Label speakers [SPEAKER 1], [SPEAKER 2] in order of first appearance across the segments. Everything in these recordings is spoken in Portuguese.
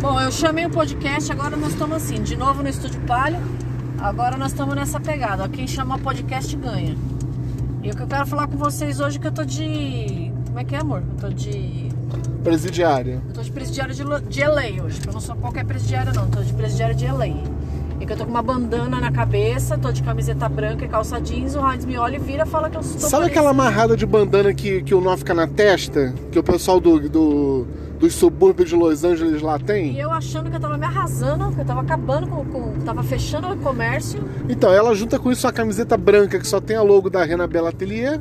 [SPEAKER 1] Bom, eu chamei o podcast, agora nós estamos assim, de novo no Estúdio Palio. Agora nós estamos nessa pegada. ó, Quem chama podcast ganha. E o que eu quero falar com vocês hoje é que eu tô de. Como é que é, amor? Eu tô de.
[SPEAKER 2] Presidiária.
[SPEAKER 1] Eu tô de presidiário de, Lo- de LA hoje, que eu não sou qualquer presidiário, não. Tô de presidiário de LA. E que eu tô com uma bandana na cabeça, tô de camiseta branca e calça jeans, o Heinz me olha e vira e fala que eu sou.
[SPEAKER 2] Sabe aquela amarrada de bandana que, que o nó fica na testa? Que o pessoal do, do, dos subúrbios de Los Angeles lá
[SPEAKER 1] E
[SPEAKER 2] tem?
[SPEAKER 1] eu achando que eu tava me arrasando, que eu tava acabando com. com tava fechando o comércio.
[SPEAKER 2] Então, ela junta com isso uma camiseta branca que só tem a logo da Rena Bela Atelier.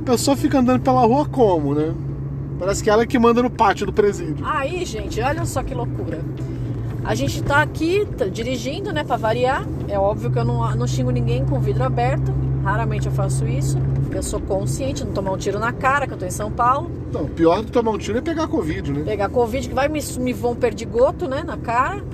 [SPEAKER 2] A pessoa fica andando pela rua como, né? Parece que ela é que manda no pátio do presídio.
[SPEAKER 1] Aí, gente, olha só que loucura. A gente tá aqui tá dirigindo, né, pra variar. É óbvio que eu não, não xingo ninguém com o vidro aberto. Raramente eu faço isso. Eu sou consciente, não tomar um tiro na cara, que eu tô em São Paulo.
[SPEAKER 2] Não, pior do que tomar um tiro é pegar Covid, né?
[SPEAKER 1] Pegar Covid, que vai me, me vão perdigoto, né, na cara.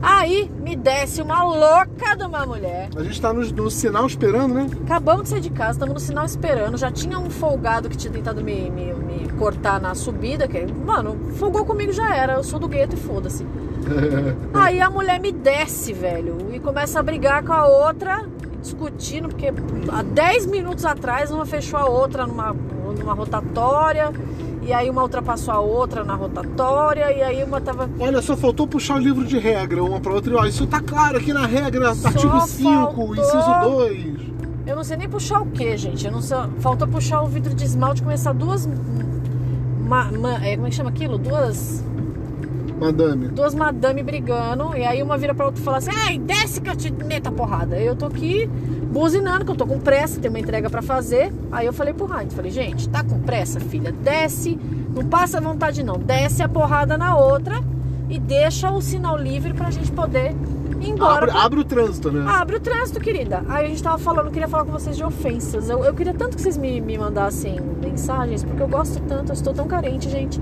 [SPEAKER 1] Aí, me desce uma louca de uma mulher.
[SPEAKER 2] A gente tá no, no sinal esperando, né?
[SPEAKER 1] Acabamos de sair de casa, estamos no sinal esperando. Já tinha um folgado que tinha tentado me, me- me cortar na subida. Que, mano, folgou comigo já era. Eu sou do gueto e foda-se. Aí a mulher me desce, velho, e começa a brigar com a outra, discutindo, porque há 10 minutos atrás uma fechou a outra numa, numa rotatória. E aí uma ultrapassou a outra na rotatória, e aí uma tava.
[SPEAKER 2] Olha, só faltou puxar o livro de regra uma pra outra e ó, isso tá claro aqui na regra,
[SPEAKER 1] Só
[SPEAKER 2] artigo 5,
[SPEAKER 1] faltou-
[SPEAKER 2] inciso 2.
[SPEAKER 1] Eu não sei nem puxar o que, gente. Eu não sei... Faltou puxar o vidro de esmalte, começar duas. ma- ma- é, como é que chama aquilo? Duas.
[SPEAKER 2] Madame.
[SPEAKER 1] Duas madame brigando. E aí uma vira pra outra e fala assim: ai, desce que eu te meto a porrada. Eu tô aqui buzinando, que eu tô com pressa, tem uma entrega pra fazer. Aí eu falei pro Heinz: falei, gente, tá com pressa, filha? Desce, não passa à vontade não. Desce a porrada na outra e deixa o sinal livre pra gente poder ir embora.
[SPEAKER 2] Abre, abre o trânsito, né?
[SPEAKER 1] Abre o trânsito, querida. Aí a gente tava falando, eu queria falar com vocês de ofensas. Eu, eu queria tanto que vocês me, me mandassem mensagens, porque eu gosto tanto, eu estou tão carente, gente.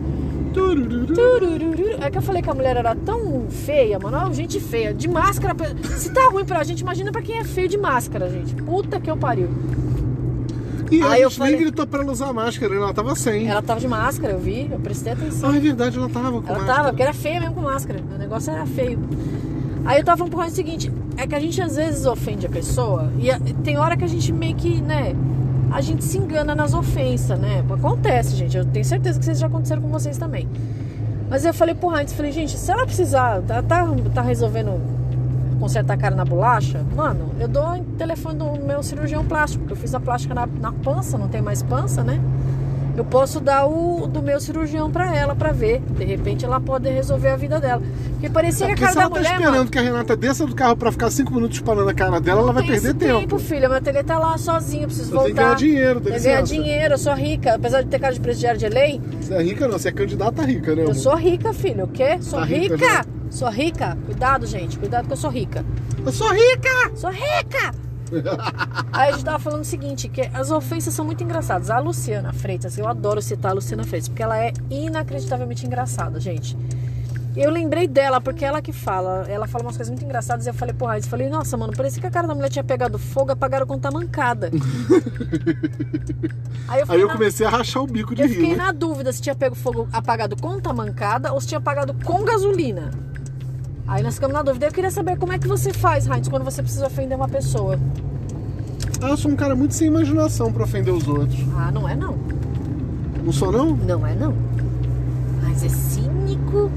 [SPEAKER 2] Turururu.
[SPEAKER 1] Turururu. É que eu falei que a mulher era tão feia, mano. Ó, Gente feia, de máscara. pra- Se tá ruim pra gente, imagina pra quem é feio de máscara, gente. Puta que eu pariu. Aí
[SPEAKER 2] E a
[SPEAKER 1] eu
[SPEAKER 2] gente
[SPEAKER 1] falei-
[SPEAKER 2] nem gritou pra ela usar máscara, né? ela tava sem.
[SPEAKER 1] Ela tava de máscara, eu vi, eu prestei atenção.
[SPEAKER 2] Ah, é verdade, ela tava com
[SPEAKER 1] Ela
[SPEAKER 2] máscara.
[SPEAKER 1] tava, porque era feia mesmo com máscara. O negócio era feio. Aí eu tava falando pro Rony o seguinte, é que a gente às vezes ofende a pessoa e a- tem hora que a gente meio que, né, a gente se engana nas ofensas, né? Acontece, gente. Eu tenho certeza que vocês já aconteceram com vocês também. Mas eu falei pro Heinz, falei, gente, se ela precisar, tá, tá, tá resolvendo consertar a cara na bolacha, mano, eu dou o telefone do meu cirurgião plástico, porque eu fiz a plástica na, na pança, não tem mais pança, né? Eu posso dar o do meu cirurgião pra ela, pra ver. De repente ela pode resolver a vida dela. Porque parecia
[SPEAKER 2] É
[SPEAKER 1] que a
[SPEAKER 2] porque
[SPEAKER 1] cara
[SPEAKER 2] se ela
[SPEAKER 1] da
[SPEAKER 2] tá
[SPEAKER 1] mulher,
[SPEAKER 2] esperando
[SPEAKER 1] mano,
[SPEAKER 2] que a Renata desça do carro pra ficar cinco minutos parando a cara dela, ela vai
[SPEAKER 1] tem esse
[SPEAKER 2] perder tempo.
[SPEAKER 1] filha. Meu ateliê tá lá sozinho, eu preciso
[SPEAKER 2] Você tem que ganhar
[SPEAKER 1] voltar.
[SPEAKER 2] dinheiro, dá
[SPEAKER 1] Eu ganhar
[SPEAKER 2] licença.
[SPEAKER 1] dinheiro, eu sou rica. Apesar de ter cara de presidiário de lei,
[SPEAKER 2] Você é rica não, você é candidata rica, né?
[SPEAKER 1] eu
[SPEAKER 2] amor?
[SPEAKER 1] sou rica, filho. O quê? Sou
[SPEAKER 2] Tá rica,
[SPEAKER 1] rica! Sou rica! Cuidado, gente. Cuidado que eu sou rica.
[SPEAKER 2] Eu sou rica!
[SPEAKER 1] Sou rica! Aí a gente tava falando o seguinte, que as ofensas são muito engraçadas. A Luciana Freitas, eu adoro citar a Luciana Freitas, porque ela é inacreditavelmente engraçada, gente. Eu lembrei dela, porque ela que fala, ela fala umas coisas muito engraçadas, e eu falei, porra, eu falei, nossa, mano, parecia que a cara da mulher tinha pegado fogo, apagaram com tamancada. Aí eu,
[SPEAKER 2] Aí
[SPEAKER 1] falei,
[SPEAKER 2] eu
[SPEAKER 1] "Não,
[SPEAKER 2] comecei a rachar o bico de
[SPEAKER 1] eu fiquei
[SPEAKER 2] rir. né?
[SPEAKER 1] na dúvida se tinha pego fogo apagado com tamancada ou se tinha apagado com gasolina. Aí nós ficamos na dúvida. Eu queria saber como é que você faz, Heinz, quando você precisa ofender uma pessoa.
[SPEAKER 2] Ah, eu sou um cara muito sem imaginação pra ofender os outros.
[SPEAKER 1] Ah, não é não.
[SPEAKER 2] Não sou não?
[SPEAKER 1] Não é não. Mas é cínico,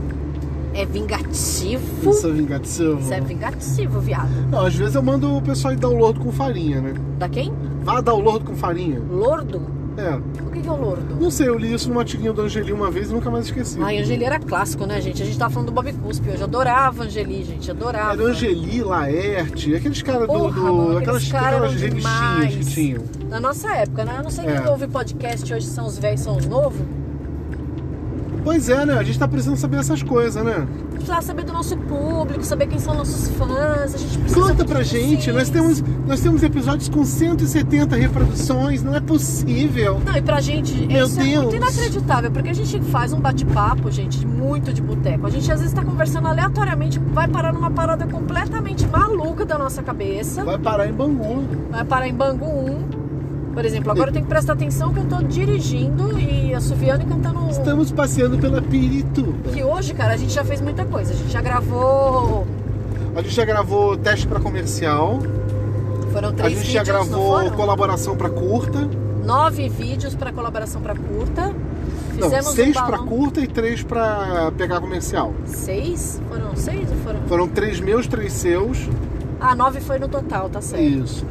[SPEAKER 1] é vingativo.
[SPEAKER 2] Isso é vingativo.
[SPEAKER 1] Isso é vingativo, viado.
[SPEAKER 2] Não, às vezes eu mando o pessoal ir dar o lordo com farinha, né?
[SPEAKER 1] Da quem?
[SPEAKER 2] Vá dar o lordo com farinha.
[SPEAKER 1] Lordo?
[SPEAKER 2] É.
[SPEAKER 1] O que que é o lordo?
[SPEAKER 2] Não sei, eu li isso numa tirinha do Angeli uma vez e nunca mais esqueci.
[SPEAKER 1] Ai, Angeli era clássico, né, gente? A gente tava falando do Bob Cuspe hoje. Adorava Angeli, gente. Adorava.
[SPEAKER 2] Era Angeli, Laerte, aqueles caras do.
[SPEAKER 1] Porra,
[SPEAKER 2] do-
[SPEAKER 1] mano, aqueles
[SPEAKER 2] aquelas
[SPEAKER 1] caras
[SPEAKER 2] aquelas
[SPEAKER 1] eram
[SPEAKER 2] revistinhas
[SPEAKER 1] demais.
[SPEAKER 2] que tinham.
[SPEAKER 1] Na nossa época, né? Eu não sei
[SPEAKER 2] É.
[SPEAKER 1] quem ouve podcast hoje são os velhos, são os novos.
[SPEAKER 2] Pois é, né? A gente tá precisando saber essas coisas, né?
[SPEAKER 1] precisar saber do nosso público, saber quem são nossos fãs. A gente precisa.
[SPEAKER 2] Conta
[SPEAKER 1] muito
[SPEAKER 2] pra
[SPEAKER 1] de
[SPEAKER 2] gente,
[SPEAKER 1] vocês.
[SPEAKER 2] nós temos, nós temos episódios com 170 reproduções, não é possível.
[SPEAKER 1] Não, e pra gente,
[SPEAKER 2] Meu
[SPEAKER 1] isso é
[SPEAKER 2] Deus.
[SPEAKER 1] muito inacreditável, porque a gente faz um bate-papo, gente, muito de boteco. A gente às vezes tá conversando aleatoriamente, vai parar numa parada completamente maluca da nossa cabeça.
[SPEAKER 2] Vai parar em Bangu.
[SPEAKER 1] Vai parar em Bangu 1. Por exemplo, agora eu tenho que prestar atenção que eu tô dirigindo e assoviando e cantando. um-
[SPEAKER 2] Estamos passeando pela Pirituba.
[SPEAKER 1] Que hoje, cara, a gente já fez muita coisa. A gente já gravou.
[SPEAKER 2] A gente já gravou teste pra comercial.
[SPEAKER 1] Foram
[SPEAKER 2] A
[SPEAKER 1] três
[SPEAKER 2] gente já
[SPEAKER 1] vídeos, não
[SPEAKER 2] gravou
[SPEAKER 1] foram?
[SPEAKER 2] colaboração pra curta.
[SPEAKER 1] Nove vídeos para colaboração para curta.
[SPEAKER 2] Não,
[SPEAKER 1] Fizemos
[SPEAKER 2] seis
[SPEAKER 1] um
[SPEAKER 2] pra
[SPEAKER 1] balão.
[SPEAKER 2] curta e três pra pegar comercial.
[SPEAKER 1] Seis? Foram seis ou foram.
[SPEAKER 2] Foram três meus, três seus.
[SPEAKER 1] Ah, nove foi no total, tá certo.
[SPEAKER 2] Isso.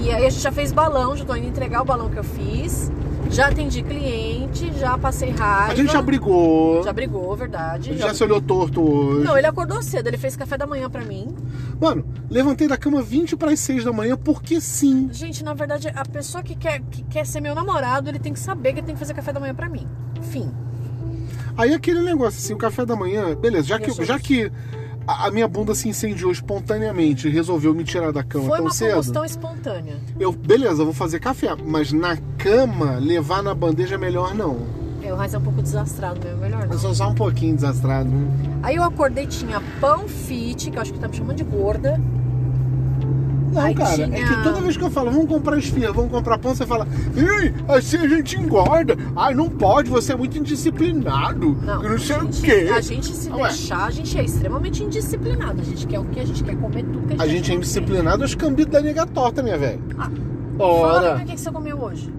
[SPEAKER 1] E aí a gente já fez balão, já tô indo entregar o balão que eu fiz. Já atendi cliente, já passei raiva.
[SPEAKER 2] A gente já brigou.
[SPEAKER 1] Já brigou, verdade.
[SPEAKER 2] Já se olhou torto hoje.
[SPEAKER 1] Não, ele acordou cedo, ele fez café da manhã pra mim.
[SPEAKER 2] Mano, levantei da cama 20 para 6 da manhã porque sim.
[SPEAKER 1] Gente, na verdade, a pessoa que quer, que quer ser meu namorado, ele tem que saber que ele tem que fazer café da manhã pra mim. Fim.
[SPEAKER 2] Aí aquele negócio assim, o café da manhã, beleza, já
[SPEAKER 1] Eu
[SPEAKER 2] que,
[SPEAKER 1] sou
[SPEAKER 2] já que a a minha bunda se incendiou espontaneamente e resolveu me tirar da cama
[SPEAKER 1] Foi
[SPEAKER 2] tão
[SPEAKER 1] uma
[SPEAKER 2] Então, cedo,
[SPEAKER 1] combustão espontânea.
[SPEAKER 2] eu, beleza, eu vou fazer café, mas na cama, levar na bandeja é melhor não.
[SPEAKER 1] É, o Raiz é um pouco desastrado mesmo, melhor
[SPEAKER 2] Eu
[SPEAKER 1] não.
[SPEAKER 2] sou só um pouquinho desastrado, né?
[SPEAKER 1] Aí eu acordei, tinha pão fit, que eu acho que tá me chamando de gorda.
[SPEAKER 2] Não,
[SPEAKER 1] Ai,
[SPEAKER 2] cara, é
[SPEAKER 1] tinha-
[SPEAKER 2] que toda vez que eu falo, vamos comprar esfirra, vamos comprar pão, você fala, ei, assim a gente engorda, ai, não pode, você é muito indisciplinado,
[SPEAKER 1] Não,
[SPEAKER 2] eu não sei
[SPEAKER 1] a gente,
[SPEAKER 2] o quê.
[SPEAKER 1] A gente se
[SPEAKER 2] Ué.
[SPEAKER 1] deixar, a gente é extremamente indisciplinado. A gente quer o que? A gente quer comer tudo que a gente
[SPEAKER 2] A gente é
[SPEAKER 1] quer comer.
[SPEAKER 2] indisciplinado aos cambitos da nega torta, minha velha.
[SPEAKER 1] Ah, Fala né? pra mim
[SPEAKER 2] Ora,
[SPEAKER 1] o que que você comeu hoje.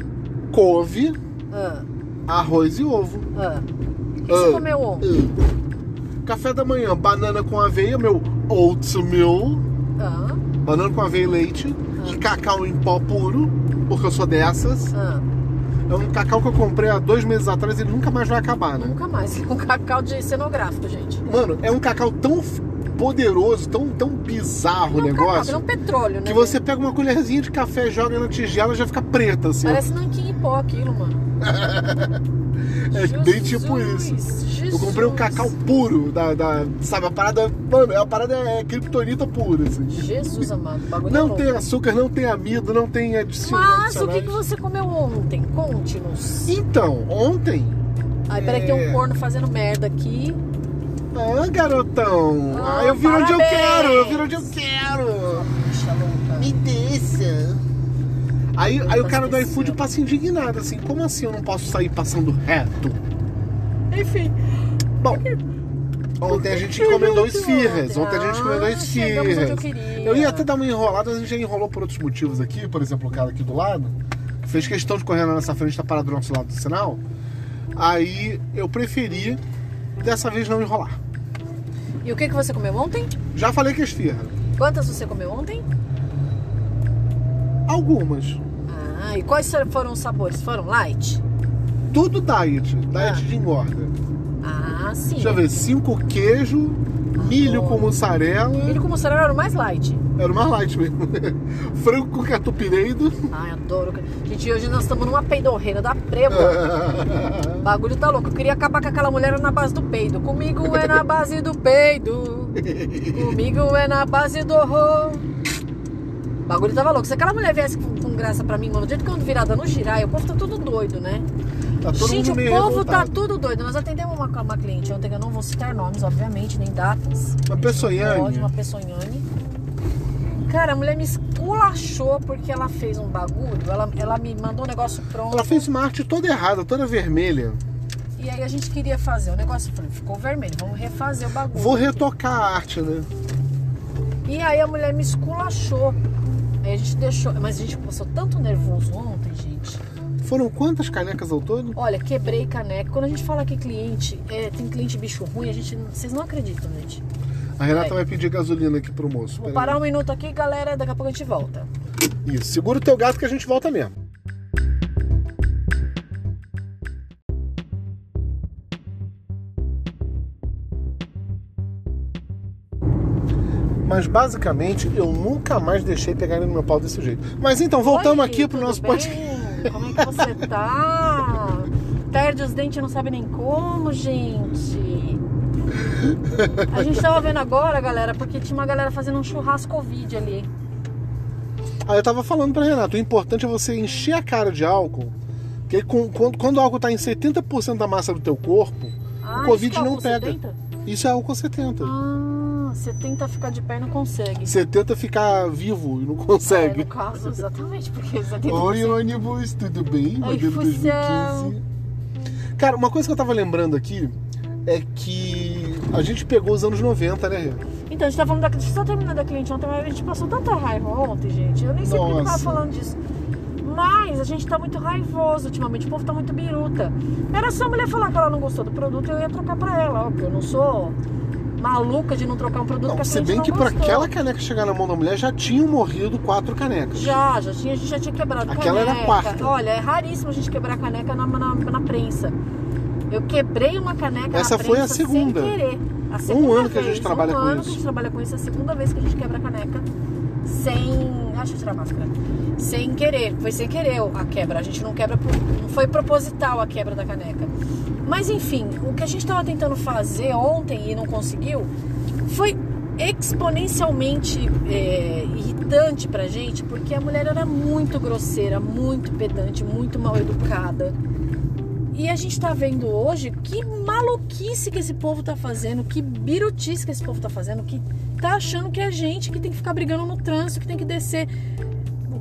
[SPEAKER 2] couve,
[SPEAKER 1] Ah,
[SPEAKER 2] arroz e ovo.
[SPEAKER 1] ah. O que que você
[SPEAKER 2] Ah.
[SPEAKER 1] comeu ontem?
[SPEAKER 2] Ah. Café da manhã, banana com aveia, meu oatmeal.
[SPEAKER 1] Ah,
[SPEAKER 2] Banana com aveia e leite. E cacau em pó puro, porque eu sou dessas.
[SPEAKER 1] ah.
[SPEAKER 2] É um cacau que eu comprei há dois meses atrás e ele nunca mais vai acabar, né?
[SPEAKER 1] Nunca mais. Um cacau de cenográfico, gente.
[SPEAKER 2] Mano, é um cacau tão f- poderoso, tão, tão bizarro o
[SPEAKER 1] Não é um cacau,
[SPEAKER 2] negócio,
[SPEAKER 1] não é um petróleo, né?
[SPEAKER 2] que você pega uma colherzinha de café, joga na tigela e já fica preta, assim.
[SPEAKER 1] Parece nanquim em pó aquilo, mano.
[SPEAKER 2] É bem tipo isso.
[SPEAKER 1] Jesus.
[SPEAKER 2] Eu comprei um cacau puro, da, da- sabe? A parada, mano, a parada é criptonita pura, assim.
[SPEAKER 1] Jesus amado, o bagulho é
[SPEAKER 2] Não
[SPEAKER 1] louco.
[SPEAKER 2] tem assim, açúcar, não tem amido, não tem adici-
[SPEAKER 1] Mas o que,
[SPEAKER 2] adicionais.
[SPEAKER 1] que você comeu ontem? Conte-nos.
[SPEAKER 2] Então, ontem.
[SPEAKER 1] Ai, peraí, que tem
[SPEAKER 2] É.
[SPEAKER 1] um corno fazendo merda aqui.
[SPEAKER 2] Ah, garotão!
[SPEAKER 1] Ah,
[SPEAKER 2] Ah, eu viro onde eu
[SPEAKER 1] parabéns.
[SPEAKER 2] quero! Eu viro onde eu quero!
[SPEAKER 1] Puxa louca.
[SPEAKER 2] Me deixa! Aí, aí o cara do
[SPEAKER 1] esquecendo.
[SPEAKER 2] iFood passa indignado, assim, como assim eu não posso sair passando reto?
[SPEAKER 1] Enfim.
[SPEAKER 2] Bom, ontem a gente encomendou esfirras. Ontem a gente encomendou
[SPEAKER 1] Ah, chegamos onde eu
[SPEAKER 2] esfirras.
[SPEAKER 1] queria.
[SPEAKER 2] Eu ia até dar uma enrolada, mas a gente já enrolou por outros motivos aqui. Por exemplo, o cara aqui do lado fez questão de correr na nossa frente, tá parado do nosso lado do sinal. Aí eu preferi dessa vez não enrolar.
[SPEAKER 1] E o que, que você comeu ontem?
[SPEAKER 2] Já falei que é esfirra.
[SPEAKER 1] Quantas você comeu ontem?
[SPEAKER 2] Algumas.
[SPEAKER 1] Ah, e quais foram os sabores? Foram light?
[SPEAKER 2] Tudo diet, diet
[SPEAKER 1] Ah.
[SPEAKER 2] de engorda.
[SPEAKER 1] Ah, sim.
[SPEAKER 2] Deixa eu ver, cinco queijo, milho
[SPEAKER 1] Adoro.
[SPEAKER 2] com
[SPEAKER 1] Milho
[SPEAKER 2] mussarela.
[SPEAKER 1] com mussarela era o mais light.
[SPEAKER 2] Era uma light mesmo. Frango com catupireiro.
[SPEAKER 1] Ai, adoro. Gente, hoje nós estamos numa peidorreira da preba. O bagulho tá louco. Eu queria acabar com aquela mulher na base do peido. Comigo é na base do peido. Comigo é na base do horror. O bagulho tava louco. Se aquela mulher viesse com, com graça pra mim, mano, do jeito que eu ando virada no girar, o povo tá tudo doido, né?
[SPEAKER 2] Tá todo
[SPEAKER 1] Gente, o
[SPEAKER 2] mundo meio
[SPEAKER 1] povo
[SPEAKER 2] revoltado.
[SPEAKER 1] tá tudo doido. Nós atendemos uma, uma cliente ontem, que eu não vou citar nomes, obviamente, nem datas.
[SPEAKER 2] Uma peçonhane.
[SPEAKER 1] Pode, Uma peçonhane. Cara, a mulher me esculachou porque ela fez um bagulho. Ela, ela me mandou um negócio pronto.
[SPEAKER 2] Ela fez uma arte toda errada, toda vermelha.
[SPEAKER 1] E aí a gente queria fazer o negócio. eu falei, ficou vermelho, vamos refazer o bagulho.
[SPEAKER 2] Vou retocar a arte, né?
[SPEAKER 1] E aí a mulher me esculachou. Aí a gente deixou. Mas a gente passou tanto nervoso ontem, gente.
[SPEAKER 2] Foram quantas canecas ao todo?
[SPEAKER 1] Olha, quebrei caneca. Quando a gente fala que cliente, é, tem cliente bicho ruim, a gente. não- Vocês não acreditam, gente.
[SPEAKER 2] A Renata
[SPEAKER 1] Ai.
[SPEAKER 2] vai pedir gasolina aqui pro moço.
[SPEAKER 1] Vou
[SPEAKER 2] Peraí.
[SPEAKER 1] parar um minuto aqui, galera. Daqui a pouco a gente volta.
[SPEAKER 2] Isso, segura o teu gato que a gente volta mesmo. Mas basicamente eu nunca mais deixei pegar no meu pau desse jeito. Mas então, voltamos
[SPEAKER 1] Oi,
[SPEAKER 2] aqui pro
[SPEAKER 1] tudo
[SPEAKER 2] nosso
[SPEAKER 1] bem?
[SPEAKER 2] podcast.
[SPEAKER 1] Como é que você tá? Perde os dentes e não sabe nem como, gente. A gente tava vendo agora, galera, porque tinha uma galera fazendo um churrasco Covid ali.
[SPEAKER 2] Aí Ah, eu tava falando pra Renato, o importante é você encher a cara de álcool, porque com- quando, quando o álcool tá em 70% da massa do teu corpo,
[SPEAKER 1] Ah,
[SPEAKER 2] o Covid
[SPEAKER 1] isso é
[SPEAKER 2] não
[SPEAKER 1] álcool
[SPEAKER 2] pega.
[SPEAKER 1] 70?
[SPEAKER 2] Isso é álcool 70.
[SPEAKER 1] Ah, Ah, você tenta ficar de pé e não consegue.
[SPEAKER 2] Você tenta ficar vivo e não
[SPEAKER 1] É,
[SPEAKER 2] consegue.
[SPEAKER 1] no caso, exatamente, porque você tenta.
[SPEAKER 2] Oi, ônibus, tudo bem? Modelo
[SPEAKER 1] fusão.
[SPEAKER 2] 2015. Cara, uma coisa que eu tava lembrando aqui é que a gente pegou os anos 90, né? Rê?
[SPEAKER 1] Então, a gente tá falando da. Deixa eu só terminar da cliente ontem, mas a gente passou tanta raiva ontem, gente. Eu nem sei porque eu tava
[SPEAKER 2] Nossa.
[SPEAKER 1] falando disso. Mas a gente tá muito raivoso ultimamente, o povo tá muito biruta. Era só a mulher falar que ela não gostou do produto, eu ia trocar pra ela. Óbvio, eu não sou maluca de não trocar um produto que
[SPEAKER 2] Não,
[SPEAKER 1] a
[SPEAKER 2] se
[SPEAKER 1] cliente
[SPEAKER 2] bem
[SPEAKER 1] não
[SPEAKER 2] que pra
[SPEAKER 1] gostou.
[SPEAKER 2] aquela caneca chegar na mão da mulher já tinham morrido quatro canecas.
[SPEAKER 1] Já, já tinha, a gente já tinha quebrado
[SPEAKER 2] Aquela era
[SPEAKER 1] caneca.
[SPEAKER 2] a quarta.
[SPEAKER 1] Olha, é raríssimo a gente quebrar caneca na, na, na prensa. Eu quebrei uma caneca
[SPEAKER 2] Essa
[SPEAKER 1] na
[SPEAKER 2] foi a
[SPEAKER 1] prensa
[SPEAKER 2] segunda.
[SPEAKER 1] sem querer. A segunda
[SPEAKER 2] ano que a gente
[SPEAKER 1] vez,
[SPEAKER 2] trabalha
[SPEAKER 1] um
[SPEAKER 2] com
[SPEAKER 1] ano
[SPEAKER 2] isso.
[SPEAKER 1] que a gente trabalha com isso, é a segunda vez que a gente quebra a caneca sem. Ah, Deixa eu tirar a máscara. Sem querer. Foi sem querer a quebra. A gente não quebra. por- Não foi proposital a quebra da caneca. Mas enfim, o que a gente estava tentando fazer ontem e não conseguiu foi exponencialmente é, irritante pra gente, porque a mulher era muito grosseira, muito pedante, muito mal educada. E a gente tá vendo hoje que maluquice que esse povo tá fazendo, que birutice que esse povo tá fazendo, que tá achando que é gente que tem que ficar brigando no trânsito, que tem que descer.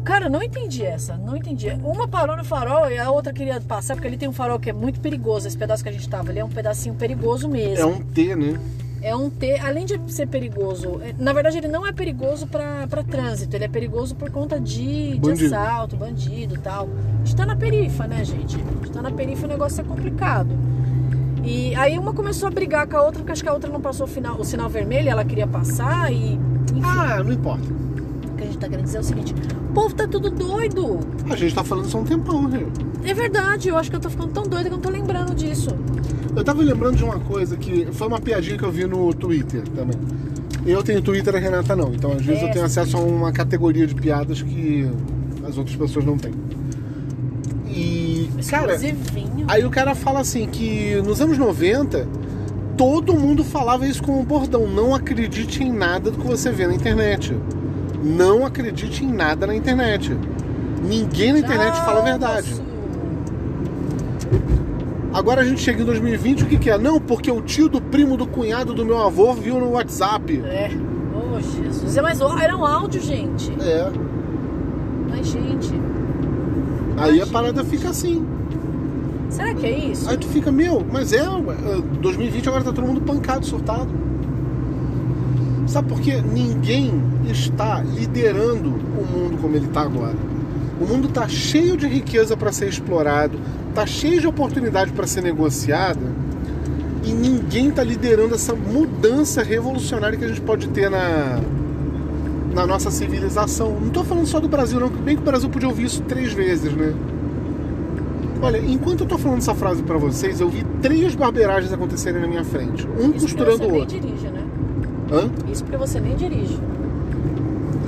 [SPEAKER 1] Cara, eu não entendi essa, não entendi. Uma parou no farol e a outra queria passar, porque ali tem um farol que é muito perigoso. Esse pedaço que a gente tava ali é um pedacinho perigoso mesmo.
[SPEAKER 2] É um T, né?
[SPEAKER 1] É um T, além de ser perigoso, é- na verdade ele não é perigoso para trânsito, ele é perigoso por conta de, de
[SPEAKER 2] Bandido.
[SPEAKER 1] assalto, bandido e tal. A gente tá na perifa, né, gente? A gente tá na perifa, o negócio é complicado. E aí uma começou a brigar com a outra, porque acho que a outra não passou o, final, o sinal vermelho, ela queria passar e. Enfim,
[SPEAKER 2] Ah, não importa.
[SPEAKER 1] o que a gente tá querendo dizer é o seguinte: o povo tá tudo doido.
[SPEAKER 2] A gente tá falando isso há um tempão, né?
[SPEAKER 1] É verdade, eu acho que eu tô ficando tão doida que eu não tô lembrando disso.
[SPEAKER 2] Eu tava lembrando de uma coisa que foi uma piadinha que eu vi no Twitter também. Eu tenho Twitter, a Renata não. Então, às vezes, eu tenho acesso a uma categoria de piadas que as outras pessoas não têm. E, cara,
[SPEAKER 1] Exclusivinho.
[SPEAKER 2] aí o cara fala assim que nos anos 90, todo mundo falava isso como um bordão. Não acredite em nada do que você vê na internet. Não acredite em nada na internet. Ninguém na internet fala a
[SPEAKER 1] Ah,
[SPEAKER 2] verdade. Agora a gente chega em 2020, o que, que é? Não, porque o tio do primo do cunhado do meu avô viu no WhatsApp.
[SPEAKER 1] É. Oh, Jesus. É, Mas ó, era um áudio, gente.
[SPEAKER 2] É.
[SPEAKER 1] Mas, gente,
[SPEAKER 2] Aí a parada fica assim.
[SPEAKER 1] será que é isso?
[SPEAKER 2] Aí tu fica, meu, mas é, ué, 2020 agora tá todo mundo pancado, surtado. Sabe por quê? Ninguém está liderando o mundo como ele tá agora. O mundo tá cheio de riqueza para ser explorado, tá cheio de oportunidade para ser negociada, e ninguém tá liderando essa mudança revolucionária que a gente pode ter na, na nossa civilização. Não tô falando só do Brasil, não, que bem que o Brasil podia ouvir isso três vezes, né? Olha, enquanto eu tô falando essa frase pra vocês, eu vi três barbeiragens acontecerem na minha frente. Um
[SPEAKER 1] Isso
[SPEAKER 2] costurando
[SPEAKER 1] porque
[SPEAKER 2] o
[SPEAKER 1] você nem
[SPEAKER 2] outro.
[SPEAKER 1] dirige, né?
[SPEAKER 2] Hã?
[SPEAKER 1] Isso porque você nem dirige.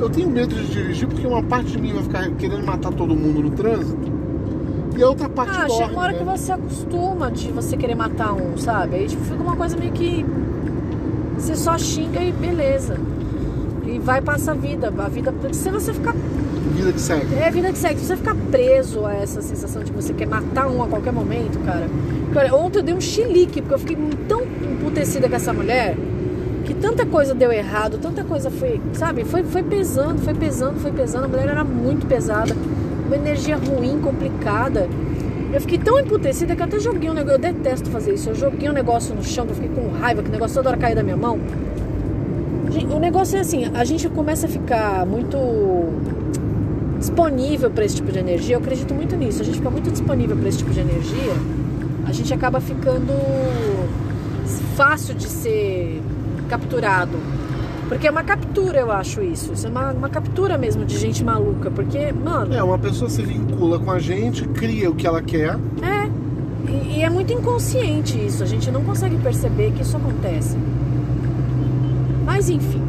[SPEAKER 2] Eu tenho medo de dirigir porque uma parte de mim vai ficar querendo matar todo mundo no trânsito e a outra parte
[SPEAKER 1] Ah,
[SPEAKER 2] morre.
[SPEAKER 1] chega uma hora
[SPEAKER 2] né?
[SPEAKER 1] que você acostuma de você querer matar um, sabe? Aí tipo, fica uma coisa meio que. Você só xinga e beleza. E vai passa a vida. A vida. Se você ficar.
[SPEAKER 2] né? Vida que segue.
[SPEAKER 1] É a vida que segue. Se você ficar preso a essa sensação de você quer matar um a qualquer momento, cara. Porque, olha, ontem eu dei um chilique, porque eu fiquei tão emputecida com essa mulher. que tanta coisa deu errado, tanta coisa foi, sabe? Foi, foi pesando, foi pesando, foi pesando. A mulher era muito pesada, uma energia ruim, complicada. Eu fiquei tão emputecida que eu até joguei um negócio. Eu detesto fazer isso. Eu joguei um negócio no chão, que eu fiquei com raiva, que o negócio toda hora caiu da minha mão. Gente, O negócio é assim: a gente começa a ficar muito disponível para esse tipo de energia. Eu acredito muito nisso. A gente fica muito disponível para esse tipo de energia. A gente acaba ficando fácil de ser capturado. Porque é uma captura, eu acho isso. Isso é uma, uma captura mesmo de gente maluca. Porque, mano,
[SPEAKER 2] É, uma pessoa se vincula com a gente, cria o que ela quer.
[SPEAKER 1] é. E, e é muito inconsciente isso. A gente não consegue perceber que isso acontece. Mas enfim.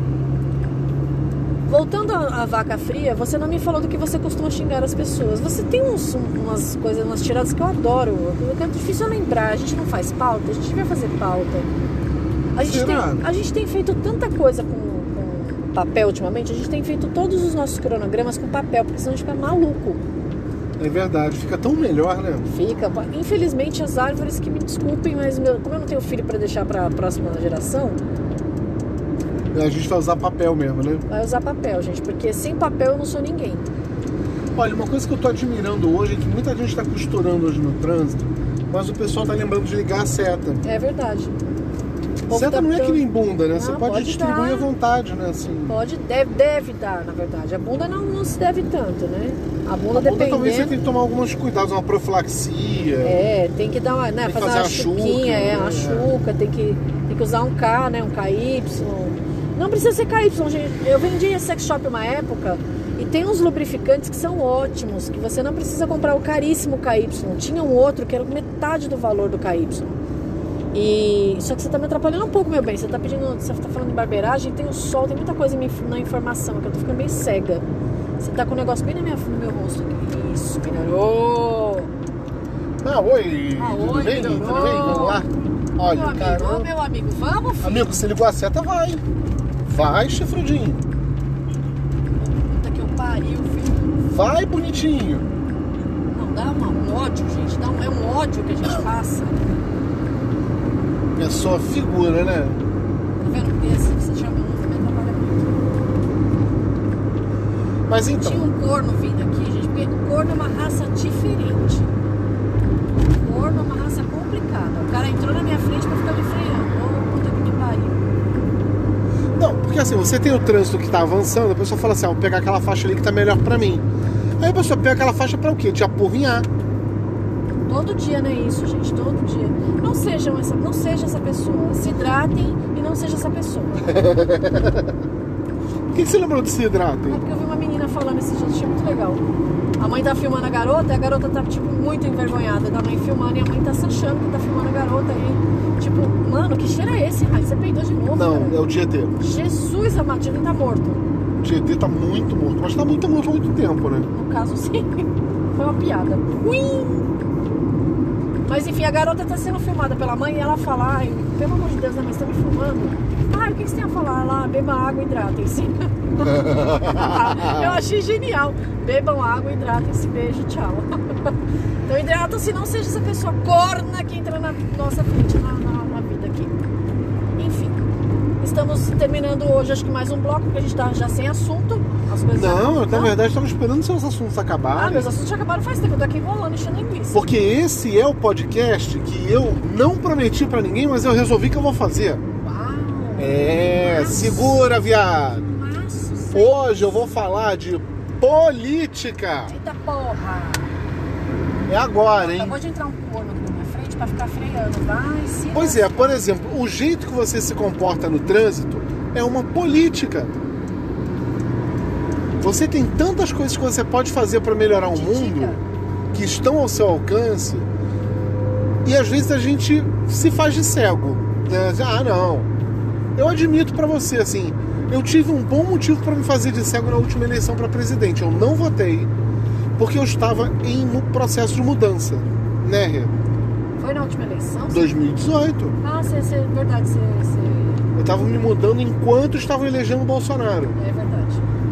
[SPEAKER 1] Voltando à à vaca fria, você não me falou do que você costuma xingar as pessoas. Você tem uns- um- umas coisas, umas tiradas que eu adoro. É difícil eu lembrar. A gente não faz pauta, a gente vai fazer pauta. A gente, tem,
[SPEAKER 2] Será?
[SPEAKER 1] a gente tem feito tanta coisa com, com papel ultimamente. A gente tem feito todos os nossos cronogramas com papel, porque senão a gente fica maluco.
[SPEAKER 2] É verdade, fica tão melhor, né?
[SPEAKER 1] Fica. Infelizmente, as árvores que me desculpem, mas meu- como eu não tenho filho para deixar para a próxima geração,
[SPEAKER 2] É, A gente vai usar papel mesmo, né?
[SPEAKER 1] Vai usar papel, gente, porque sem papel eu não sou ninguém.
[SPEAKER 2] Olha, uma coisa que eu tô admirando hoje é que muita gente tá costurando hoje no trânsito, mas o pessoal tá lembrando de ligar a seta.
[SPEAKER 1] É verdade. O povo
[SPEAKER 2] Seta
[SPEAKER 1] tá
[SPEAKER 2] não é que
[SPEAKER 1] ficando-
[SPEAKER 2] nem bunda, né?
[SPEAKER 1] Ah,
[SPEAKER 2] Você pode,
[SPEAKER 1] pode
[SPEAKER 2] distribuir
[SPEAKER 1] dar.
[SPEAKER 2] à vontade, né? Assim.
[SPEAKER 1] Pode, deve, deve dar, na verdade. A bunda não, não se deve tanto, né? A bunda,
[SPEAKER 2] Bunda, talvez você
[SPEAKER 1] dependendo.
[SPEAKER 2] tenha que tomar alguns cuidados, uma profilaxia.
[SPEAKER 1] É, tem que dar uma, né,
[SPEAKER 2] Tem que
[SPEAKER 1] fazer,
[SPEAKER 2] fazer
[SPEAKER 1] uma
[SPEAKER 2] a chuca,
[SPEAKER 1] chuquinha, é,
[SPEAKER 2] né?
[SPEAKER 1] uma chuca, tem que, tem que usar um K, né, um KY. Não precisa ser KY, gente. Eu vendi em sex shop uma época e tem uns lubrificantes que são ótimos, que você não precisa comprar o caríssimo KY. Tinha um outro que era metade do valor do KY. E só que você tá me atrapalhando um pouco, meu bem. Você tá pedindo, você tá falando de barbeiragem, tem o sol, tem muita coisa em minha- na informação, que eu tô ficando bem cega. Você tá com um negócio bem na minha, no meu rosto. aqui. Isso, melhorou.
[SPEAKER 2] Ah, oi!
[SPEAKER 1] Ah,
[SPEAKER 2] tudo
[SPEAKER 1] oi,
[SPEAKER 2] bem?
[SPEAKER 1] melhorou.
[SPEAKER 2] Tudo bem? Vamos lá? Olha,
[SPEAKER 1] meu amigo,
[SPEAKER 2] cara.
[SPEAKER 1] ô, meu amigo, vamos, filho.
[SPEAKER 2] Amigo, se ligou a seta, vai. Vai, chifrudinho.
[SPEAKER 1] Puta que eu pariu, filho.
[SPEAKER 2] Vai, bonitinho.
[SPEAKER 1] Não, dá uma- um ódio, gente. Dá um, é um ódio que a gente passa. Tá
[SPEAKER 2] Pessoa É figura, né?
[SPEAKER 1] vendo? Porque se você um, tirar meu nome, me atrapalha muito.
[SPEAKER 2] Mas
[SPEAKER 1] Tinha
[SPEAKER 2] então,
[SPEAKER 1] um corno vindo aqui, gente, porque corno é uma raça diferente. Corno é uma raça complicada. O cara entrou na minha frente pra ficar me freando. Ô, puta que me pariu.
[SPEAKER 2] não, porque assim, você tem o trânsito que tá avançando, a pessoa fala assim, ah, vou pegar aquela faixa ali que tá melhor pra mim. Aí a pessoa pega aquela faixa pra o quê? Te apurrinhar.
[SPEAKER 1] Todo dia não é isso, gente. Todo dia. Não sejam essa, não seja essa pessoa. Se hidratem e não seja essa pessoa.
[SPEAKER 2] Por que que você lembrou de se
[SPEAKER 1] É
[SPEAKER 2] hidratem?
[SPEAKER 1] porque eu vi uma menina falando esses dias, achei muito legal. A mãe tá filmando a garota, e a garota tá, tipo, muito envergonhada da mãe filmando, e a mãe tá se achando que tá filmando a garota, e, tipo, mano, que cheiro é esse, Rai? Você peidou de novo,
[SPEAKER 2] Não, é
[SPEAKER 1] cara?
[SPEAKER 2] o Tietê.
[SPEAKER 1] Jesus, a Matilda tá morto.
[SPEAKER 2] O Tietê tá muito morto, mas tá muito morto há muito tempo, né?
[SPEAKER 1] No caso, sim. Foi uma piada. Ui! Mas enfim, a garota tá sendo filmada pela mãe e ela fala, ai, pelo amor de Deus, né, mas tá me filmando? Ah, o que, que você tem a falar? Lá, beba água, hidratem-se. Eu achei genial. Bebam água, hidratem-se, beijo, tchau. Então hidrata-se, não seja essa pessoa corna que entra na nossa frente, na, na- na vida aqui. Enfim, estamos terminando hoje, acho que mais um bloco, porque a gente tá já sem assunto. As coisas
[SPEAKER 2] Não, eu, na verdade estava esperando seus assuntos
[SPEAKER 1] ah,
[SPEAKER 2] acabarem.
[SPEAKER 1] meus assuntos já acabaram faz tempo. Eu tô aqui enrolando, enchendo linguiça.
[SPEAKER 2] Porque esse é o podcast que eu não prometi pra ninguém, mas eu resolvi que eu vou fazer.
[SPEAKER 1] Uau!
[SPEAKER 2] É, segura, viado.
[SPEAKER 1] Maço, sei.
[SPEAKER 2] Hoje eu vou falar de política.
[SPEAKER 1] Eita porra!
[SPEAKER 2] É agora, hein?
[SPEAKER 1] Acabou de entrar um corno aqui na minha frente pra ficar freando. Vai, se.
[SPEAKER 2] Pois é, por exemplo, o jeito que você se comporta no trânsito é uma política. Você tem tantas coisas que você pode fazer pra melhorar o mundo que estão ao seu alcance e às vezes a gente se faz de cego. né? Ah, não. Eu admito pra você assim, eu tive um bom motivo pra me fazer de cego na última eleição pra presidente. Eu não votei porque eu estava em um processo de mudança, né? Rê?
[SPEAKER 1] Foi na última eleição?
[SPEAKER 2] 2018.
[SPEAKER 1] Ah, você, você, verdade, você, você-
[SPEAKER 2] Eu tava me mudando enquanto estavam elegendo o Bolsonaro.
[SPEAKER 1] É verdade.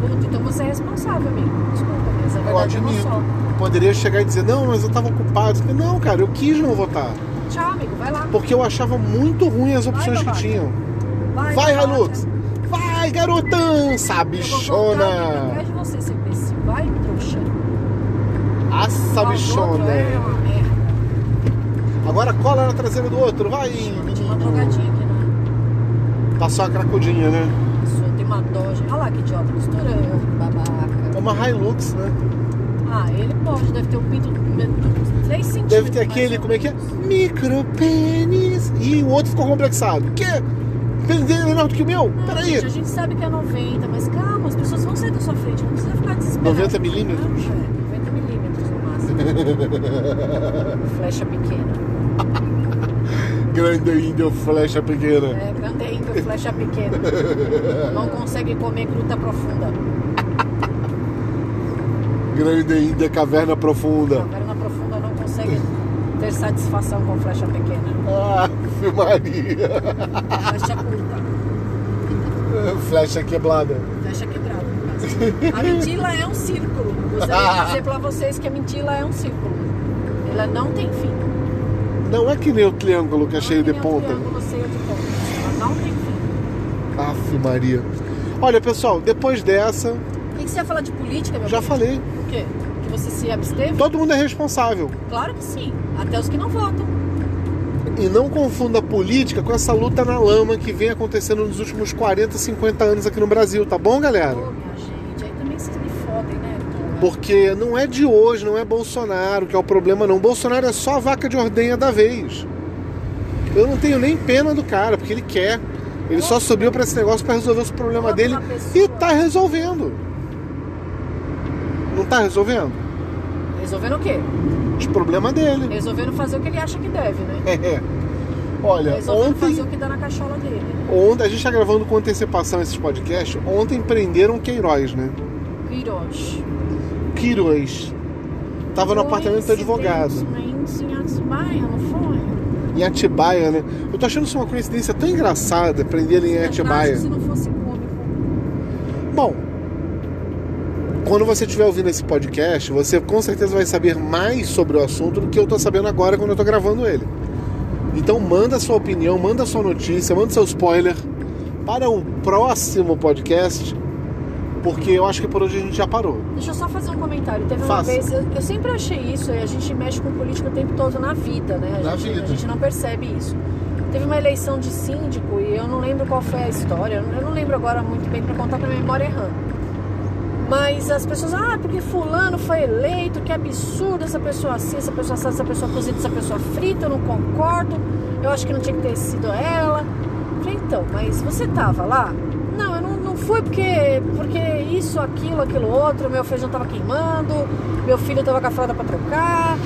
[SPEAKER 1] Puta, então você é responsável, amigo. Desculpa, mas é
[SPEAKER 2] Eu
[SPEAKER 1] verdade, eu não
[SPEAKER 2] admito.
[SPEAKER 1] sou.
[SPEAKER 2] Poderia chegar e dizer, não, mas eu tava ocupado. Não, cara, eu quis não votar.
[SPEAKER 1] Tchau, amigo. Vai lá.
[SPEAKER 2] Porque eu achava muito ruim as opções que
[SPEAKER 1] babaca.
[SPEAKER 2] tinham.
[SPEAKER 1] Vai,
[SPEAKER 2] Vai,
[SPEAKER 1] babaca.
[SPEAKER 2] Hilux! Vai, garotão!
[SPEAKER 1] Eu vou voltar, amigo,
[SPEAKER 2] Sabichona!
[SPEAKER 1] atrás de você, seu imbecil. Vai, trouxa. Ah,
[SPEAKER 2] A
[SPEAKER 1] o outro É
[SPEAKER 2] sabichona!
[SPEAKER 1] uma merda.
[SPEAKER 2] Agora cola na traseira do outro, vai!
[SPEAKER 1] Tinha uma
[SPEAKER 2] menino.
[SPEAKER 1] drogadinha aqui, né?
[SPEAKER 2] Passou a cracudinha, né?
[SPEAKER 1] Pessoa tem uma dó, gente. Olha lá que idiota, costurando,
[SPEAKER 2] É
[SPEAKER 1] babaca.
[SPEAKER 2] uma Hilux, né?
[SPEAKER 1] Ah, ele pode, deve ter o pinto de 3 centímetros.
[SPEAKER 2] Deve ter
[SPEAKER 1] mais
[SPEAKER 2] aquele,
[SPEAKER 1] ou
[SPEAKER 2] como é que é?
[SPEAKER 1] menos.
[SPEAKER 2] Micro pênis! E o outro ficou complexado. Quê? Pênis dele é menor do que o meu?
[SPEAKER 1] Não,
[SPEAKER 2] Peraí!
[SPEAKER 1] gente, a gente sabe que é 90, mas calma, as pessoas vão sair da sua frente, não precisa ficar desesperado.
[SPEAKER 2] 90 milímetros?
[SPEAKER 1] Ah, É, 90 milímetros no máximo. Flecha pequena.
[SPEAKER 2] Grande índio, flecha pequena.
[SPEAKER 1] É, grande ainda, flecha pequena. Não consegue comer gruta profunda.
[SPEAKER 2] Grande Índia, caverna profunda.
[SPEAKER 1] Caverna profunda não consegue ter satisfação com flecha pequena.
[SPEAKER 2] Ah, Maria.
[SPEAKER 1] Flecha curta.
[SPEAKER 2] Flecha quebrada.
[SPEAKER 1] Flecha quebrada, no caso. A mentira é um círculo. Gostaria de dizer pra vocês que a mentira é um círculo. Ela não tem fim.
[SPEAKER 2] Não é que nem o triângulo que é cheio de
[SPEAKER 1] Não que nem um
[SPEAKER 2] ponta.
[SPEAKER 1] triângulo cheio de ponta. Ela não tem fim.
[SPEAKER 2] Aff, Maria. Olha, pessoal, depois dessa,
[SPEAKER 1] O que, que você ia falar de política, meu
[SPEAKER 2] já
[SPEAKER 1] bem?
[SPEAKER 2] falei,
[SPEAKER 1] O quê? Que você se absteve?
[SPEAKER 2] todo mundo é responsável.
[SPEAKER 1] Claro que sim. Até os que não votam.
[SPEAKER 2] E não confunda a política com essa luta na lama que vem acontecendo nos últimos 40, 50 anos aqui no Brasil, tá bom, galera?
[SPEAKER 1] Pô, minha gente, aí também vocês me fodem, né? porra?
[SPEAKER 2] Porque não é de hoje, não é Bolsonaro que é o problema, não. Bolsonaro é só a vaca de ordenha da vez. Eu não tenho nem pena do cara, porque ele quer. Ele só subiu pra esse negócio pra resolver os problemas dele e tá resolvendo. Não tá resolvendo?
[SPEAKER 1] Resolvendo o quê?
[SPEAKER 2] Os problemas dele.
[SPEAKER 1] Resolvendo fazer o que ele acha que deve, né?
[SPEAKER 2] É. Olha,
[SPEAKER 1] Resolvendo
[SPEAKER 2] É, ontem
[SPEAKER 1] fazer o que dá na cachola dele. né?
[SPEAKER 2] Ontem, a gente tá gravando com antecipação esses podcasts. Ontem prenderam o Queiroz, né?
[SPEAKER 1] Queiroz.
[SPEAKER 2] Queiroz. Tava no apartamento do advogado.
[SPEAKER 1] Coincidentemente, em Atibaia, não foi?
[SPEAKER 2] Em Atibaia, né? Eu tô achando isso uma coincidência tão engraçada, prender ele em
[SPEAKER 1] Fantástico
[SPEAKER 2] Atibaia.
[SPEAKER 1] Se não fosse cômico.
[SPEAKER 2] Bom, quando você estiver ouvindo esse podcast, você com certeza vai saber mais sobre o assunto do que eu tô sabendo agora quando eu tô gravando ele. Então manda sua opinião, manda sua notícia, manda seu spoiler para o próximo podcast, porque eu acho que por hoje a gente já parou.
[SPEAKER 1] Deixa eu só fazer um comentário. Teve uma
[SPEAKER 2] Faça.
[SPEAKER 1] vez, eu, eu sempre achei isso, e a gente mexe com política o tempo todo na vida, né? A,
[SPEAKER 2] Na
[SPEAKER 1] gente,
[SPEAKER 2] vida.
[SPEAKER 1] a gente não percebe isso. Teve uma eleição de síndico e eu não lembro qual foi a história, eu não- eu não lembro agora muito bem pra contar pra minha memória errando. Mas as pessoas, ah, porque fulano foi eleito, que absurdo essa pessoa assim, essa pessoa assada, essa pessoa cozida, essa pessoa frita, eu não concordo, eu acho que não tinha que ter sido ela. Falei, então, mas você tava lá? Não, eu não, não fui porque, porque isso, aquilo, aquilo outro, meu feijão tava queimando, meu filho tava com a fralda pra trocar,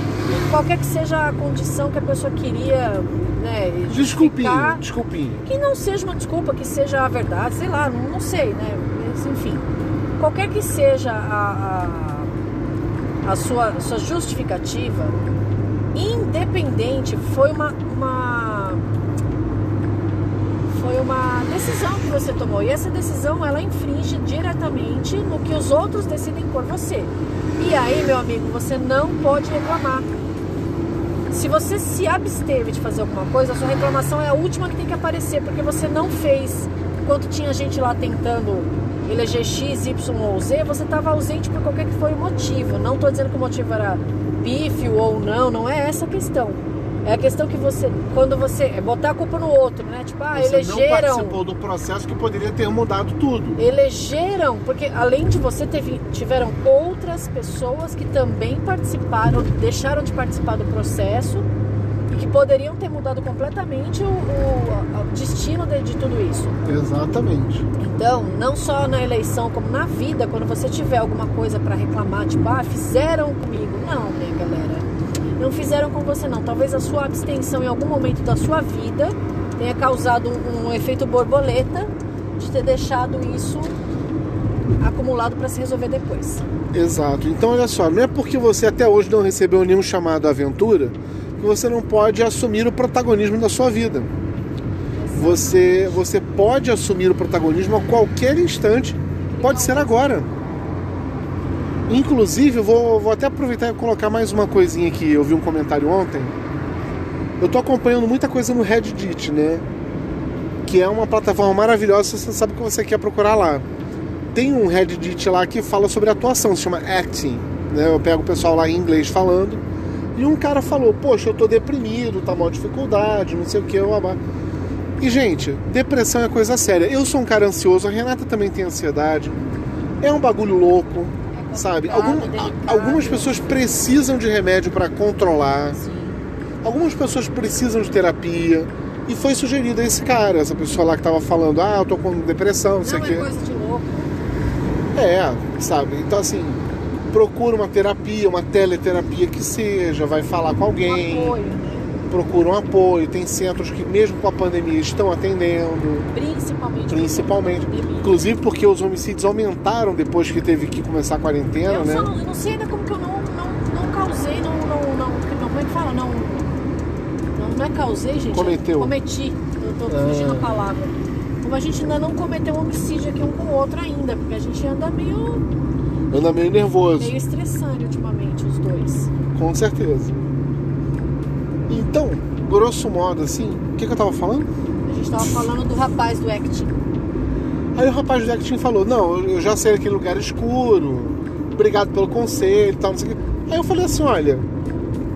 [SPEAKER 1] qualquer que seja a condição que a pessoa queria, né,
[SPEAKER 2] Desculpinho,
[SPEAKER 1] justificar.
[SPEAKER 2] desculpinho.
[SPEAKER 1] Que não seja uma desculpa, que seja a verdade, sei lá, não, não sei, né, mas, enfim. Qualquer que seja a, a, a sua, sua justificativa, independente, foi uma, uma foi uma decisão que você tomou e essa decisão ela infringe diretamente no que os outros decidem por você. E aí, meu amigo, você não pode reclamar. Se você se absteve de fazer alguma coisa, a sua reclamação é a última que tem que aparecer, porque você não fez. Enquanto tinha gente lá tentando eleger X, Y ou Z, você estava ausente por qualquer que foi o motivo. Não estou dizendo que o motivo era pífio ou não, não é essa a questão. É a questão que você, quando você. É botar a culpa no outro, né? Tipo, ah,
[SPEAKER 2] Você não
[SPEAKER 1] elegeram
[SPEAKER 2] participou do processo que poderia ter mudado tudo.
[SPEAKER 1] elegeram, porque além de você, teve, tiveram outras pessoas que também participaram, deixaram de participar do processo e que poderiam ter mudado completamente o, o- a- o destino de, de tudo isso.
[SPEAKER 2] Exatamente.
[SPEAKER 1] Então, não só na eleição, como na vida, quando você tiver alguma coisa para reclamar, tipo, ah, fizeram comigo. Não, né, galera? Não fizeram com você, não. Talvez a sua abstenção em algum momento da sua vida tenha causado um, um efeito borboleta de ter deixado isso acumulado para se resolver depois. É
[SPEAKER 2] Exato. Então, olha só, não é porque você até hoje não recebeu nenhum chamado à aventura que você não pode assumir o protagonismo da sua vida. Você, você pode assumir o protagonismo a qualquer instante, pode ser agora. Inclusive, eu vou, vou até aproveitar e colocar mais uma coisinha aqui. Eu vi um comentário ontem. Eu tô acompanhando muita coisa no Reddit, né? Que é uma plataforma maravilhosa, você sabe o que você quer procurar lá tem um Reddit lá que fala sobre atuação, se chama acting. Né? Eu pego o pessoal lá em inglês falando. E um cara falou, poxa, eu tô deprimido, tá mal dificuldade, não sei o que, babá. E, gente, depressão é coisa séria. Eu sou um cara ansioso, a Renata também tem ansiedade. É um bagulho louco,
[SPEAKER 1] É
[SPEAKER 2] sabe?
[SPEAKER 1] complicado,
[SPEAKER 2] Algum- a-
[SPEAKER 1] delicado.
[SPEAKER 2] algumas pessoas precisam de remédio para controlar.
[SPEAKER 1] Sim.
[SPEAKER 2] Algumas pessoas precisam de terapia. E foi sugerido a esse cara, essa pessoa lá que tava falando, ah, eu tô com depressão, não sei o
[SPEAKER 1] Não
[SPEAKER 2] quê.
[SPEAKER 1] é coisa de louco.
[SPEAKER 2] É, sabe? Então assim, procura uma terapia, uma teleterapia que seja, vai falar com
[SPEAKER 1] Um
[SPEAKER 2] alguém,
[SPEAKER 1] apoio, né?
[SPEAKER 2] procura um apoio, tem centros que mesmo com a pandemia estão atendendo,
[SPEAKER 1] Principalmente. um
[SPEAKER 2] principalmente.
[SPEAKER 1] Pandemia.
[SPEAKER 2] Inclusive porque os homicídios aumentaram depois que teve que começar a quarentena,
[SPEAKER 1] Eu,
[SPEAKER 2] né?
[SPEAKER 1] só não, eu não sei ainda como que eu não, não, não causei, não, não, não, não. Como é que fala? Não. Não, não é causei, gente.
[SPEAKER 2] Cometeu.
[SPEAKER 1] Eu cometi. Eu tô fugindo a palavra. Como a gente ainda não cometeu um homicídio aqui um com o outro ainda, porque a gente anda meio,
[SPEAKER 2] Anda meio nervoso,
[SPEAKER 1] meio estressante ultimamente, os dois.
[SPEAKER 2] com certeza. Então, grosso modo assim, o que, que eu tava falando?
[SPEAKER 1] A gente tava falando do rapaz do acting.
[SPEAKER 2] Aí o rapaz do acting falou, não, eu- eu já sei aquele lugar escuro, obrigado pelo conselho e tal, não sei o quê. Aí eu falei assim, olha,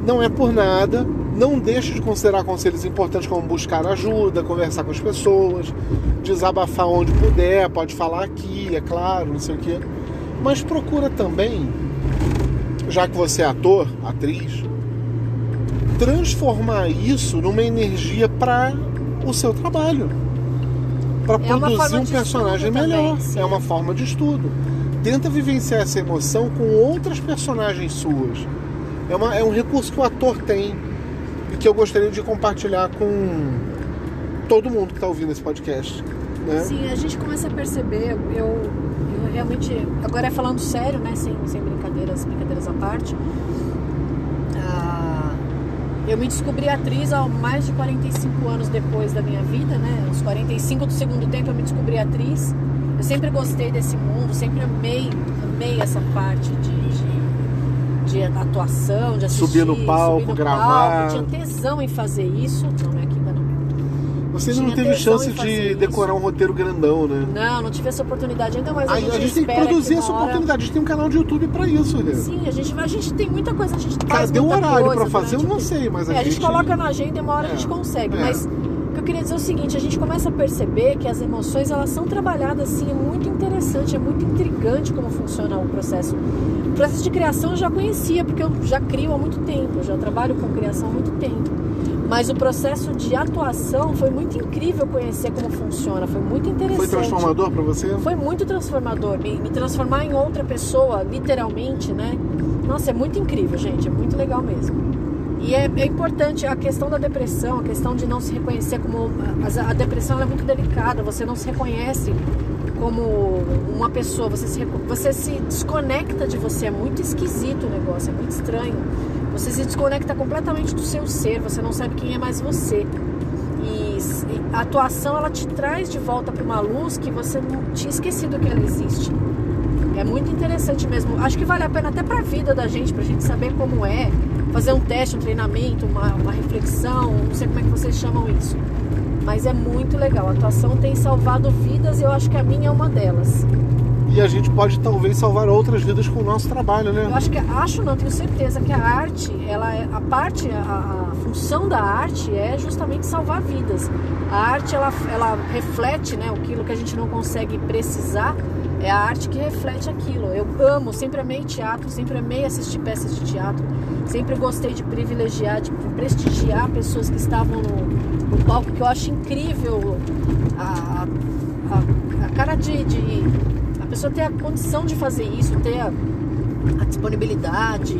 [SPEAKER 2] não é por nada, não deixe de considerar conselhos importantes como buscar ajuda, conversar com as pessoas, desabafar onde puder, pode falar aqui, é claro, não sei o quê. Mas procura também, já que você é ator, atriz, transformar isso numa energia para o seu trabalho. Para
[SPEAKER 1] É uma
[SPEAKER 2] produzir
[SPEAKER 1] forma
[SPEAKER 2] um
[SPEAKER 1] de
[SPEAKER 2] personagem
[SPEAKER 1] estudo também,
[SPEAKER 2] melhor.
[SPEAKER 1] sim.
[SPEAKER 2] é uma forma de estudo. Tenta vivenciar essa emoção com outras personagens suas. É, uma- é um recurso que o ator tem e que eu gostaria de compartilhar com todo mundo que está ouvindo esse podcast. Né?
[SPEAKER 1] Sim, a gente começa a perceber, eu, eu realmente. Agora é falando sério, né? Sem, sem brincadeiras, brincadeiras à parte. Ah, eu me descobri atriz há mais de 45 anos depois da minha vida, né? Os 45 do segundo tempo eu me descobri atriz. Eu sempre gostei desse mundo, sempre amei, amei essa parte de. de de atuação, de assistir,
[SPEAKER 2] Subir no palco,
[SPEAKER 1] subir no
[SPEAKER 2] gravar.
[SPEAKER 1] palco. Eu tinha tesão em fazer isso. Não é que ainda não
[SPEAKER 2] Você ainda não
[SPEAKER 1] Tinha
[SPEAKER 2] teve
[SPEAKER 1] tesão
[SPEAKER 2] chance
[SPEAKER 1] em
[SPEAKER 2] de
[SPEAKER 1] fazer isso.
[SPEAKER 2] decorar um roteiro grandão, né?
[SPEAKER 1] Não, não tive essa oportunidade ainda, mas a,
[SPEAKER 2] Aí
[SPEAKER 1] gente,
[SPEAKER 2] a gente tem que
[SPEAKER 1] espera
[SPEAKER 2] produzir
[SPEAKER 1] uma
[SPEAKER 2] essa
[SPEAKER 1] hora-
[SPEAKER 2] oportunidade. A gente tem um canal de YouTube pra isso, né?
[SPEAKER 1] Sim, a gente, vai- a gente tem muita coisa, a gente faz
[SPEAKER 2] Cadê o um
[SPEAKER 1] muita
[SPEAKER 2] horário
[SPEAKER 1] coisa
[SPEAKER 2] pra fazer? Eu
[SPEAKER 1] durante
[SPEAKER 2] não
[SPEAKER 1] o tempo.
[SPEAKER 2] sei, mas a,
[SPEAKER 1] É, a gente coloca na agenda e uma hora a
[SPEAKER 2] É,
[SPEAKER 1] gente consegue,
[SPEAKER 2] é.
[SPEAKER 1] mas o que eu queria dizer é o seguinte, a gente começa a perceber que as emoções, elas são trabalhadas assim, é muito interessante, é muito intrigante como funciona o processo. O processo de criação eu já conhecia, porque eu já crio há muito tempo, eu já trabalho com criação há muito tempo. Mas o processo de atuação foi muito incrível conhecer como funciona, foi muito interessante.
[SPEAKER 2] Foi transformador pra você?
[SPEAKER 1] Foi muito transformador. Me, me transformar em outra pessoa, literalmente, né? Nossa, é muito incrível, gente. É muito legal mesmo. E é, é importante a questão da depressão, a questão de não se reconhecer como. mas A, a depressão ela é muito delicada, você não se reconhece como uma pessoa, você se, reco- você se desconecta de você. É muito esquisito o negócio, é muito estranho. Você se desconecta completamente do seu ser, você não sabe quem é mais você. E s- e a atuação ela te traz de volta para uma luz que você não tinha esquecido que ela existe. É muito interessante mesmo. Acho que vale a pena até para a vida da gente, para a gente saber como é, fazer um teste, um treinamento, uma, uma reflexão, não sei como é que vocês chamam isso. Mas é muito legal. A atuação tem salvado vidas e eu acho que a minha é uma delas.
[SPEAKER 2] E a gente pode talvez salvar outras vidas com o nosso trabalho,
[SPEAKER 1] Eu
[SPEAKER 2] né?
[SPEAKER 1] acho que acho não tenho certeza que a arte, ela é, a parte, a, a função da arte é justamente salvar vidas. A arte ela, ela reflete, né, aquilo que a gente não consegue precisar. É a arte que reflete aquilo. Eu amo, sempre amei teatro, sempre amei assistir peças de teatro, sempre gostei de privilegiar, de prestigiar pessoas que estavam no, no palco, que eu acho incrível a, a- a cara de, de. A pessoa ter a condição de fazer isso, ter a, a disponibilidade,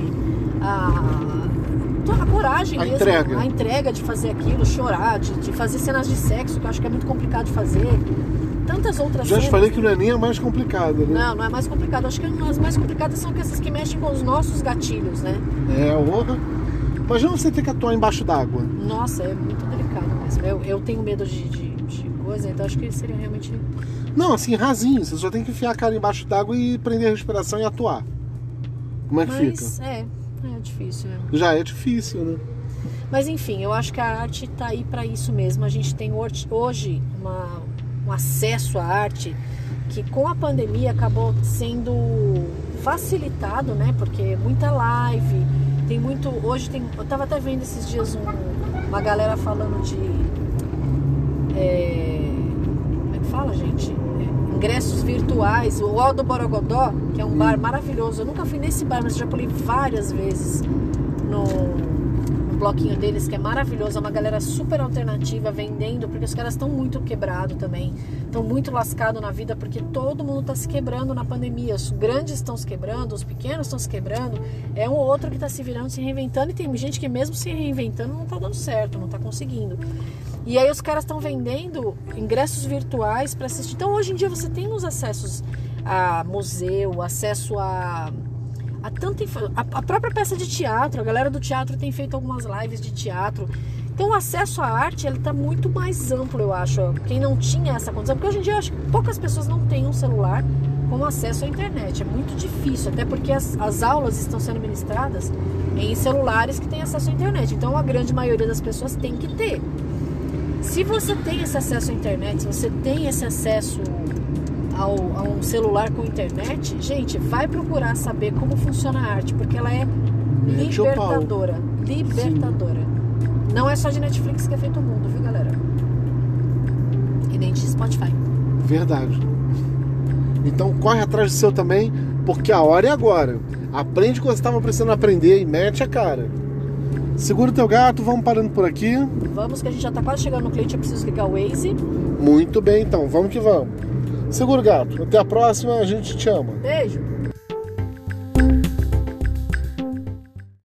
[SPEAKER 1] a, to- a coragem
[SPEAKER 2] A
[SPEAKER 1] mesmo,
[SPEAKER 2] entrega.
[SPEAKER 1] a entrega de fazer aquilo, chorar, de, de fazer cenas de sexo, que eu acho que é muito complicado de fazer. Tantas outras
[SPEAKER 2] Já te
[SPEAKER 1] cenas.
[SPEAKER 2] falei que não é nem a mais complicada, né?
[SPEAKER 1] Não, não é mais complicado. Acho que as mais complicadas são essas que mexem com os nossos gatilhos, né?
[SPEAKER 2] É, honra. Imagina você ter que atuar embaixo d'água.
[SPEAKER 1] Nossa, é muito delicado mesmo. Eu, eu tenho medo de, de, de coisa, então acho que seria realmente.
[SPEAKER 2] Não, assim, rasinho. Você só tem que enfiar a cara embaixo d'água e prender a respiração e atuar. Como é que
[SPEAKER 1] Mas é, é difícil. É.
[SPEAKER 2] fica? Já é difícil, né?
[SPEAKER 1] Mas enfim, eu acho que a arte tá aí para isso mesmo. A gente tem hoje- hoje uma- um acesso à arte que com a pandemia acabou sendo facilitado, né? Porque muita live, tem muito. Hoje tem. Eu tava até vendo esses dias um- uma galera falando de. é, como é que fala, gente? É, Ingressos virtuais, o Aldo Borogodó, que é um bar maravilhoso. Eu nunca fui nesse bar, mas eu já pulei várias vezes no, um bloquinho deles que é maravilhoso, é uma galera super alternativa vendendo, porque os caras estão muito quebrados também, estão muito lascados na vida, porque todo mundo está se quebrando na pandemia. Os grandes estão se quebrando, os pequenos estão se quebrando, é um ou outro que está se virando, se reinventando, e tem gente que mesmo se reinventando não está dando certo, não está conseguindo. E aí os caras estão vendendo ingressos virtuais para assistir. Então hoje em dia você tem os acessos a museu, acesso a a tanta info- a, a própria peça de teatro, a galera do teatro tem feito algumas lives de teatro. Então o acesso à arte ele tá muito mais amplo, eu acho. Quem não tinha essa condição, porque hoje em dia eu acho que poucas pessoas não têm um celular com acesso à internet. É muito difícil, até porque as, as aulas estão sendo ministradas em celulares que têm acesso à internet. Então a grande maioria das pessoas tem que ter. Se você tem esse acesso à internet, se você tem esse acesso ao- a um celular com internet, gente, vai procurar saber como funciona a arte, porque ela é
[SPEAKER 2] Mete o pau.
[SPEAKER 1] libertadora. Libertadora. Não é só de Netflix que é feito o mundo, viu, galera? E nem de Spotify.
[SPEAKER 2] Verdade. Então corre atrás do seu também, porque a hora é agora. Aprende o que você estava precisando aprender e mete a cara. Segura o teu gato, vamos parando por aqui.
[SPEAKER 1] Vamos que a gente já tá quase chegando no cliente, eu preciso ligar o Waze.
[SPEAKER 2] Muito bem, então, vamos que vamos. Segura o gato. Até a próxima, a gente te ama.
[SPEAKER 1] Beijo!